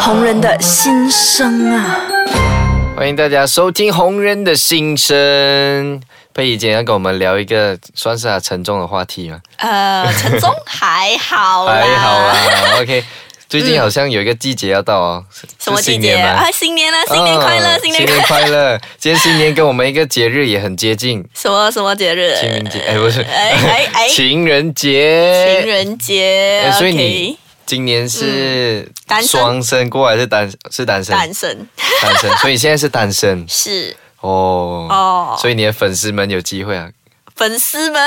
红人的心声啊！欢迎大家收听红人的心声。佩仪今天要跟我们聊一个算是啊沉重的话题嘛，呃，陈总还好啦，还好啦。OK，最近好像有一个季节要到哦，是什么是季新节年吗啊？新年啊，新年快乐，哦新年新快年乐！快乐！今天新年跟我们一个节日也很接近，什么什么节日？清明节哎不是哎哎 哎，情情人节。人节哎。所以 OK 你今年是嗯单身双生过还是单是单身？单身单 身，所以你现在是单身是哦。哦，所以你的粉丝们有机会啊，粉丝们，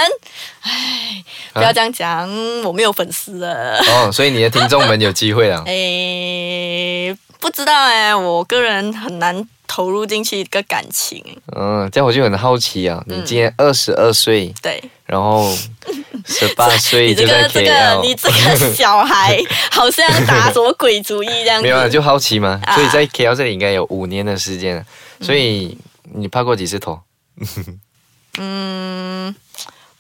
哎，啊不要这样讲，我没有粉丝了。。哦，所以你的听众们有机会啊哎，不知道哎，我个人很难投入进去一个感情。嗯，这样我就很好奇啊，嗯你今年二十二岁，对，然后十八岁你这就个在这个你 KL，这 个小孩，好像打什么鬼主意这样子。没有啊，就好奇嘛。啊所以在 KL 这里应该有五年的时间了，所以你拍过几次拖？嗯，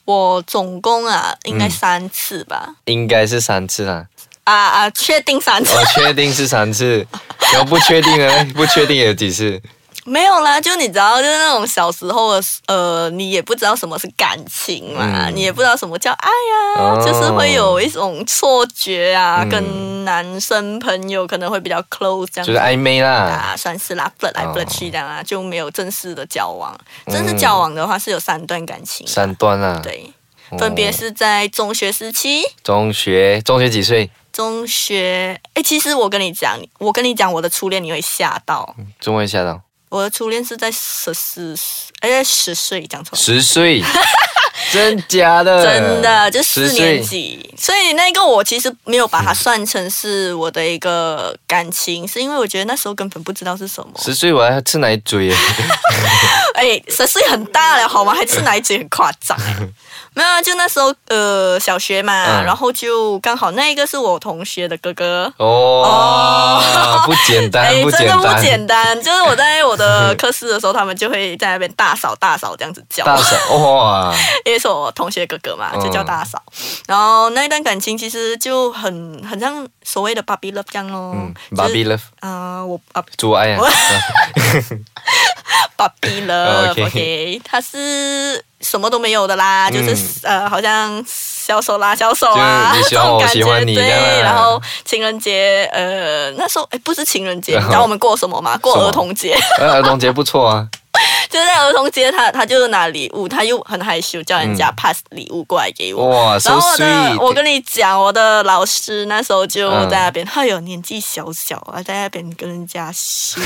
我总共啊，应该三次吧。应该是三次啦，啊啊，确定三次我确定是三次，然后不确定呢？不确定有几次？ 没有啦，就你知道，就是那种小时候的时，呃，你也不知道什么是感情嘛，嗯你也不知道什么叫爱呀、哦啊就是会有一种错觉啊，嗯跟男生朋友可能会比较 close 这样子就是暧昧啦。啊，算是啦，flirt 来哦嗯 flirt 去这样啊，就没有正式的交往。正式交往的话是有三段感情的，三段啦，对，哦分别是在中学时期。中学，中学几岁？中学，哎，其实我跟你讲，我跟你讲我的初恋，你会吓到。中文吓到我的初恋是在十四，哎，十岁讲错了，十岁，真假的？真的就四10年岁嗯级。所以那个我其实没有把它算成是我的一个感情，是因为我觉得那时候根本不知道是什么。十岁我还吃奶嘴耶，啊哎，十岁很大了好吗？还吃奶嘴很夸 张哎。没有啊，就那时候呃小学嘛，嗯然后就刚好那一个是我同学的哥哥。哦哦，不简单，哎，不真简的不单，简 单。就是我在我的科室的时候，他们就会在那边大嫂大嫂这样子叫，大嫂 哇，因为是我同学哥哥嘛，嗯就叫大嫂。然后那一段感情其实就很很像所谓的 Barbie love 这样咯。嗯就是，Barbie love，啊、我啊猪爱啊， Barbie love，OK，、 OK 他是什么都没有的嗯啦，就是呃，好像小手拉小手啊，就是你喜这欢种我感喜欢觉你对这样啊。然后情人节，呃，那时候哎，不是情人节， 你知道我们过什么吗？过什么儿童节。呃儿童节不错 啊，就在儿童节他，他就拿礼物，他又很害羞，叫人家 pass 礼物过来给我。哇，so 然哦后我的，我 sweet，跟你讲，我的老师那时候就在那边，嗯哎呦，年纪小小啊，在那边跟人家 学。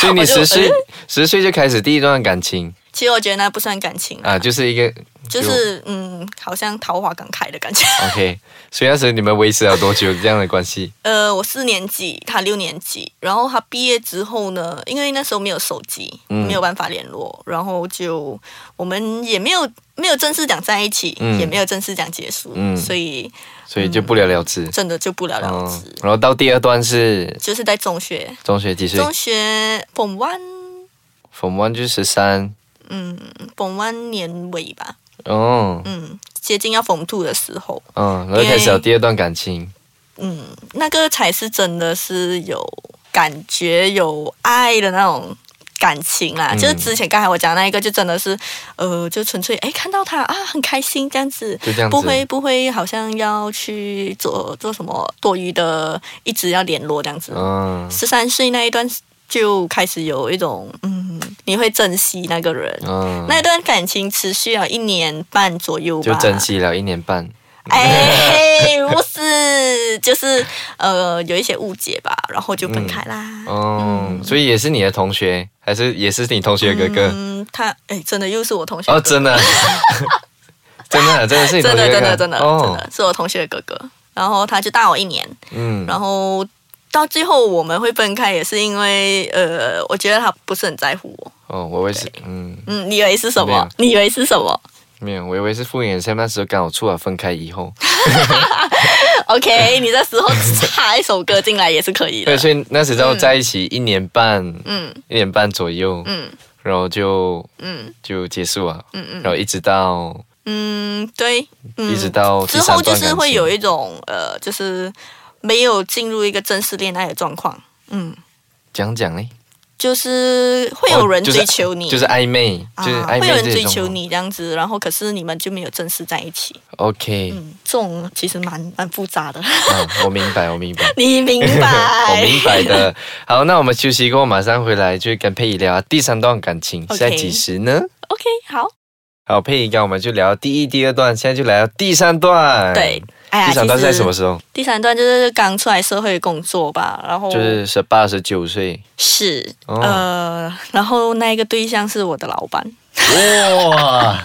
所以你我就呃十岁十岁就开始第一段感情其实我觉得那不算感情啊，啊，就是一个就是嗯，好像桃花刚开的感觉。 OK，所以那时候你们维持了多久这样的关系？呃，我四年级，他六年级，然后他毕业之后呢，因为那时候没有手机，嗯没有办法联络，然后就我们也没有没有正式讲在一起，嗯也没有正式讲结束，嗯所以所以就不了了之。嗯真的就不了了之。然后到第二段是就是在中学，中学几岁中学本湾， ？From one 就十三，嗯，本湾年尾吧，哦，嗯，接近要逢兔的时候，嗯，然后开始有第二段感情，嗯，那个才是真的是有感觉、有爱的那种感情啦。嗯就是之前刚才我讲那一个，就真的是，呃，就纯粹哎看到他啊很开心这样子，就这样子。不会不会好像要去做做什么多余的，一直要联络这样子。嗯，十三岁那一段就开始有一种，嗯，你会珍惜那个人。嗯那段感情持续了一年半左右吧，就珍惜了一年半。哎，不是，就是呃有一些误解吧，然后就分开啦。哦、所以也是你的同学，还是也是你同学的哥哥？嗯，他哎，真的又是我同学哦，的哥哥真的， 真的，真的是你同真的学哥真哥，的真的真哦的，是我同学的哥哥，然后他就大我一年，嗯，然后到最后我们会分开，也是因为呃，我觉得他不是很在乎我。哦，我以为是，嗯，嗯，你以为是什没有么？你以为是什么没有，我以为是傅衍生那时候刚好出了分开以后， ？OK，你 这时候插一首歌进来也是可以的对，。所以那时候在一起一年半，嗯一年半左右，嗯然后就嗯就结束了，然后一直到嗯，对，嗯一直到第之三后段就感是情会有一种呃，就是没有进入一个正式恋爱的状况。嗯，讲讲嘞，就是会有人哦就是追求你，就是暧昧，就是啊，暧昧会有人这追种求。你这样子，然后可是你们就没有正式在一起。 OK，、嗯，这种其实蛮蛮复杂的， 嗯，我明白，我明白。你明 我白？明白 的。好，那我们休息过后马上回来，就跟佩仪聊第三段感情 OK 现在几时呢？ OK，好，好，佩仪刚我们就聊第一、第二段，现在就来到第三段。对。哎呀，第三段其是实在什么时候？第三段就是刚出来社会工作吧，然后就是十八、十九岁。是哦呃，然后那一个对象是我的老板， 哇，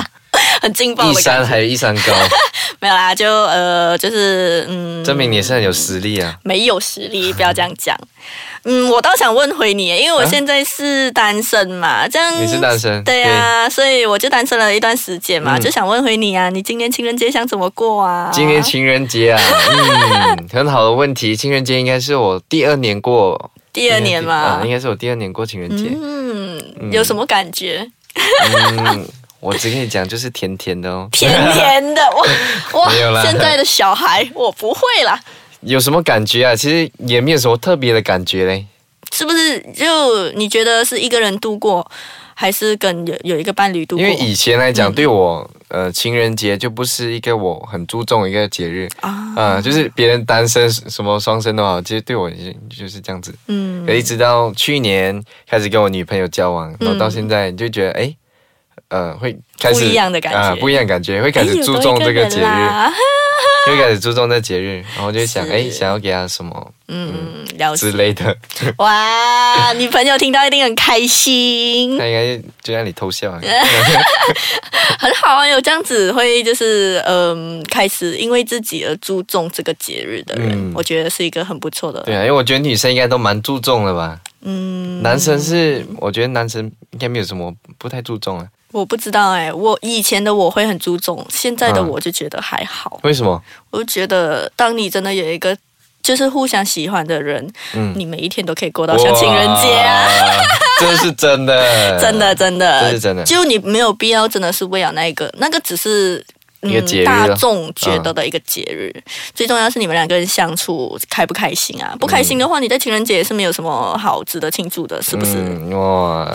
很劲爆一的山感觉。还有一山 高，没有啦，就呃，就是嗯，证明你也是很有实力啊。没有实力，不要这样讲。 嗯，我倒想问回你，因为我啊现在是单身嘛，这样你是单身，嗯对啊，所以我就单身了一段时间嘛，嗯就想问回你啊，你今年情人节想怎么过啊？今年情人 节啊，嗯，很好的问题。情人节应该是我第二年过，第二年嘛啊，应，该是我第二年过情人节。嗯，有什么感觉？嗯，我只跟你讲，就是甜甜的哦。甜甜的， 我没有我啦现在的小孩我不会啦，有什么感觉啊？其实也没有什么特别的感觉嘞。是不是？就你觉得是一个人度过，还是跟有有一个伴侣度过？因为以前来嗯讲，对我，呃，情人节就不是一个我很注重的一个节日啊，啊、就是别人单身什么双生的话，其实对我已经就是这样子。嗯可一直到去年开始跟我女朋友交往，然后到现在就觉得，哎，呃，会开始不一样的感觉啊不一样的感觉，会哎开始注重这个节日，哎有多一人啦会开始注重这个节日，然后就想，是哎，想要给她什么嗯，了解之。类的，哇，女朋友听到一定很开心，她应该就让你偷 笑啊。很好啊，有这样子会就是嗯，开始因为自己而注重这个节日的人，嗯我觉得是一个很不错的。对啊，因为我觉得女生应该都蛮注重的吧。嗯，男生是，我觉得男生应该没有什么不太注重啊。我不知道哎、我以前的我会很注重，现在的嗯我就觉得还好。为什么？我就觉得当你真的有一个就是互相喜欢的人，嗯你每一天都可以过到像情人节啊。哇，这是真 的，真的，真这的，是真的就你没有必要，真的是为了那一个，那个只是。一个节日啊大众觉得的一个节日，最重要是你们两个人相处开不开心啊？不开心的话，你在情人节也是没有什么好值得庆祝的，是不是？嗯，哇，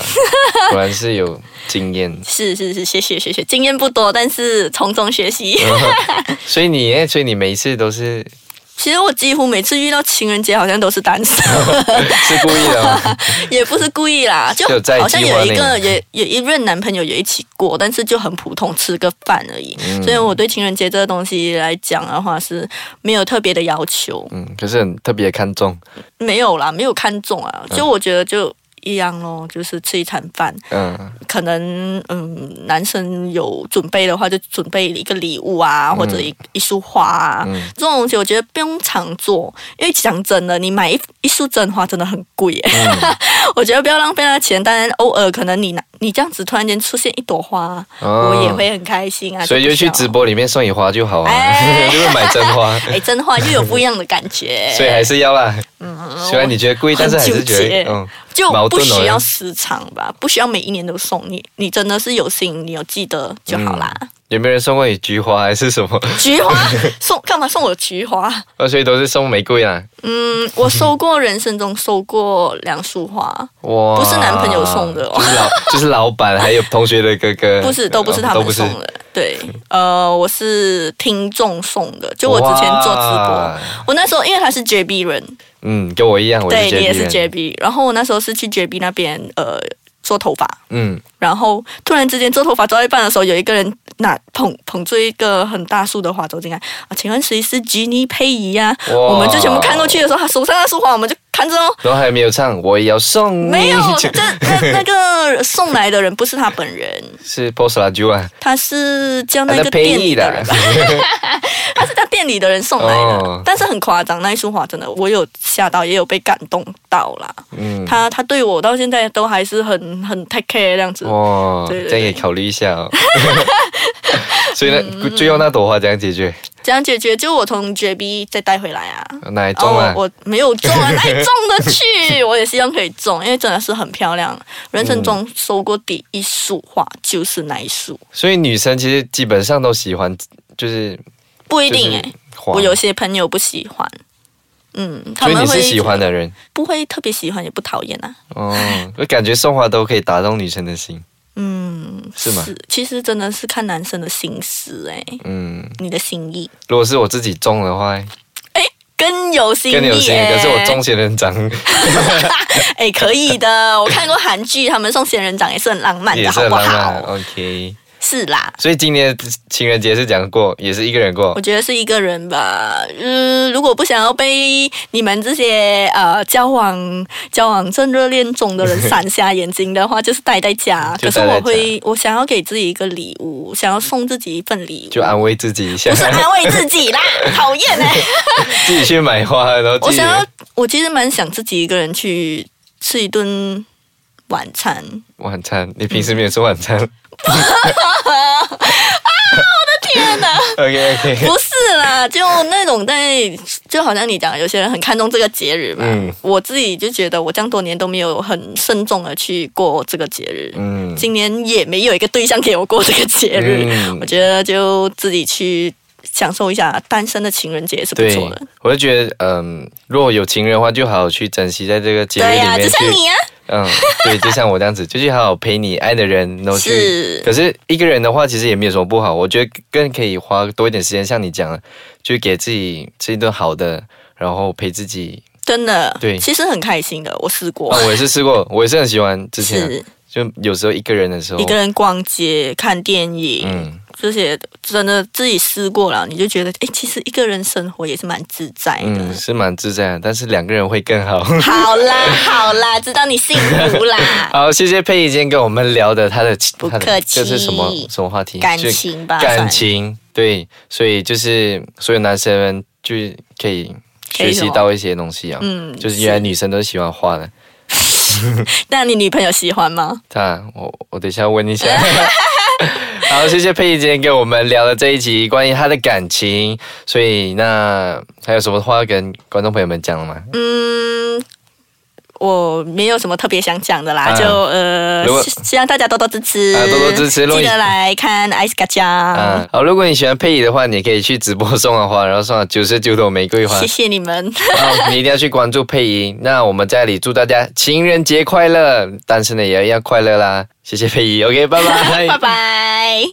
果然是有经验。是是是，谢谢谢谢，经验不多，但是从中学习。所以你，哎所以你每一次都是其实我几乎每次遇到情人节，好像都是单身，是故意 的吗？也不是故意啦，就就在好像计有划一内个也有一任男朋友也一起过，但是就很普通，吃个饭而已。嗯所以我对情人节这个东西来讲的话，是没有特别的要求，嗯，可是很特别看重，没有啦，没有看重啊。就我觉得就。一样咯，就是吃一餐饭，嗯，可能嗯，男生有准备的话，就准备一个礼物啊，或者一、一束花啊，嗯这种东西我觉得不用常做，因为讲真的，你买一一束真花真的很贵耶。嗯 我觉得不要浪费那钱，当然偶尔可能你拿你这样子突然间出现一朵花，哦我也会很开心啊。所以就去直播，播里面送你花就好啊，哎 就是买真 花，哎，真花又有不一样的感觉 ，所以还是要啦。虽然你觉得贵，但是还是嗯很纠觉结得，嗯，就矛不盾哦需要时常吧，不需要每一年都送你，你真的是有心，你有记得就好啦。有没有人送过你菊花还是什么？菊花送干嘛送我菊花？哦，所以都是送玫瑰啦。嗯，我收过人生中收过两束花，哇，不是男朋友送的哦就是老就是老板还有同学的哥哥，不是都不是他哦都不们是送的。对，呃，我是听众送的，就我之前做直播哇，我那时候因为他是 JB 人，嗯，跟我一样，我对是你也 JB 是人 JB，然后我那时候是去 JB 那边呃做头发，嗯，然后突然之间做头发做到一半的时候，有一个人拿捧捧住一个很大束的花走进来啊，请问谁是吉尼佩仪呀？哇我们就全部看过去的时候，他手上那束花我们就看着哦。然后还没有唱，我也要送你，，没有就 这那那个送来的人不是他本人，是 Post 拉朱啊，他是叫那他个的店配里艺的的人，，他是他店里的人 送来的，哦但是很夸张，那一束花真的我有吓到，也有被感动到啦。嗯，他他对我到现在都还是很很 take care 这样哦子。哇，对对对这样也考虑一下 哦。所以嗯呢，最后那朵花怎样解决？这样解决，就我从 JB 再带回来啊。哪一种啊哦，？我没有中啊，哪里中得去？我也希望可以中，因为真的是很漂亮。人嗯生中收过第一束花就是那一束，所以女生其实基本上都喜欢，就是不一就定是哎、花我有些朋友不喜欢，嗯，他所以们你会是喜欢的人不会特别喜欢，也不讨厌啊。哦，我感觉送花都可以打动女生的心，嗯，是吗其实真的是看男生的心思哎、嗯，你的心意如果是我自己中的话，更有心意、欸，更有心，可是我中仙人掌哎、可以的。我看过韩剧，他们送仙人掌也是很浪漫 也的，是好很不浪漫好？ ，OK。是啦，所以今年的情人节是讲过，也是一个人过我，觉得是一个人吧。嗯，如果不想要被你们这些呃交往交往正热恋中的人闪瞎眼睛的话，就是待在家。嗯就可是待在我家会，我想要给自己一个礼物，想要送自己一份礼就物。安慰自己一下不，是安慰自己啦，讨厌哎！ 自己去买花，然后我自己想要，我其实蛮想自己一个人去吃一顿晚餐。晚餐。你平时没有吃晚 餐啊天哪！ ？OK OK， 不是啦，就那种在，就好像你讲，有些人很看重这个节日嘛。嗯我自己就觉得，我这样多年都没有很慎重的去过这个节日，嗯，今年也没有一个对象给我过这个节日。嗯我觉得就自己去享受一下单身的情人节也是不对错的。，我就觉得，嗯，如果有情人的话，就好好去珍惜在这个节日对里呀、就面去，像你啊，嗯，对，就像我这样子，就去好好陪你爱的人，然后去。是可是一个人的话，其实也没有什么不好，我觉得更可以花多一点时间，像你讲的，就给自己吃一顿好的，然后陪自己。真的，对其实很开心的，我试过啊，，我也是试过，我也是很喜欢之前是就有时候一个人的时候，一个人逛街、看电影。嗯，这些真的自己试过了，你就觉得，哎，其实一个人生活也是蛮自在的。嗯，是蛮自在的，但是两个人会更好。好啦， 好啦，知道你幸福 啦，好，谢谢佩仪今天跟我们聊的她的不她的客气这是什么什么话题？感就情吧，感情对，所以就是所有男生们就可以可以学什么习到一些东西啊，嗯就是原来女生都喜欢花的。算。那你女朋友喜欢吗？她，我我等一下问一下。好，谢谢佩仪今天跟我们聊了这一集关于她的感情，所以那还有什么话要跟观众朋友们讲的吗？嗯。我没有什么特别想讲的啦，啊就呃如果，希希望大家多多支持，啊多多支持如果记你得来看《艾斯卡啊加，好，如果你喜欢佩仪的话，你可以去直播送她花，然后送她九十九朵玫瑰》，花谢。谢你们，好，你一定要去关注佩仪。那我们在这里祝大家情人节快乐，单身的也要快乐啦！谢谢佩仪，OK，拜 拜拜。拜。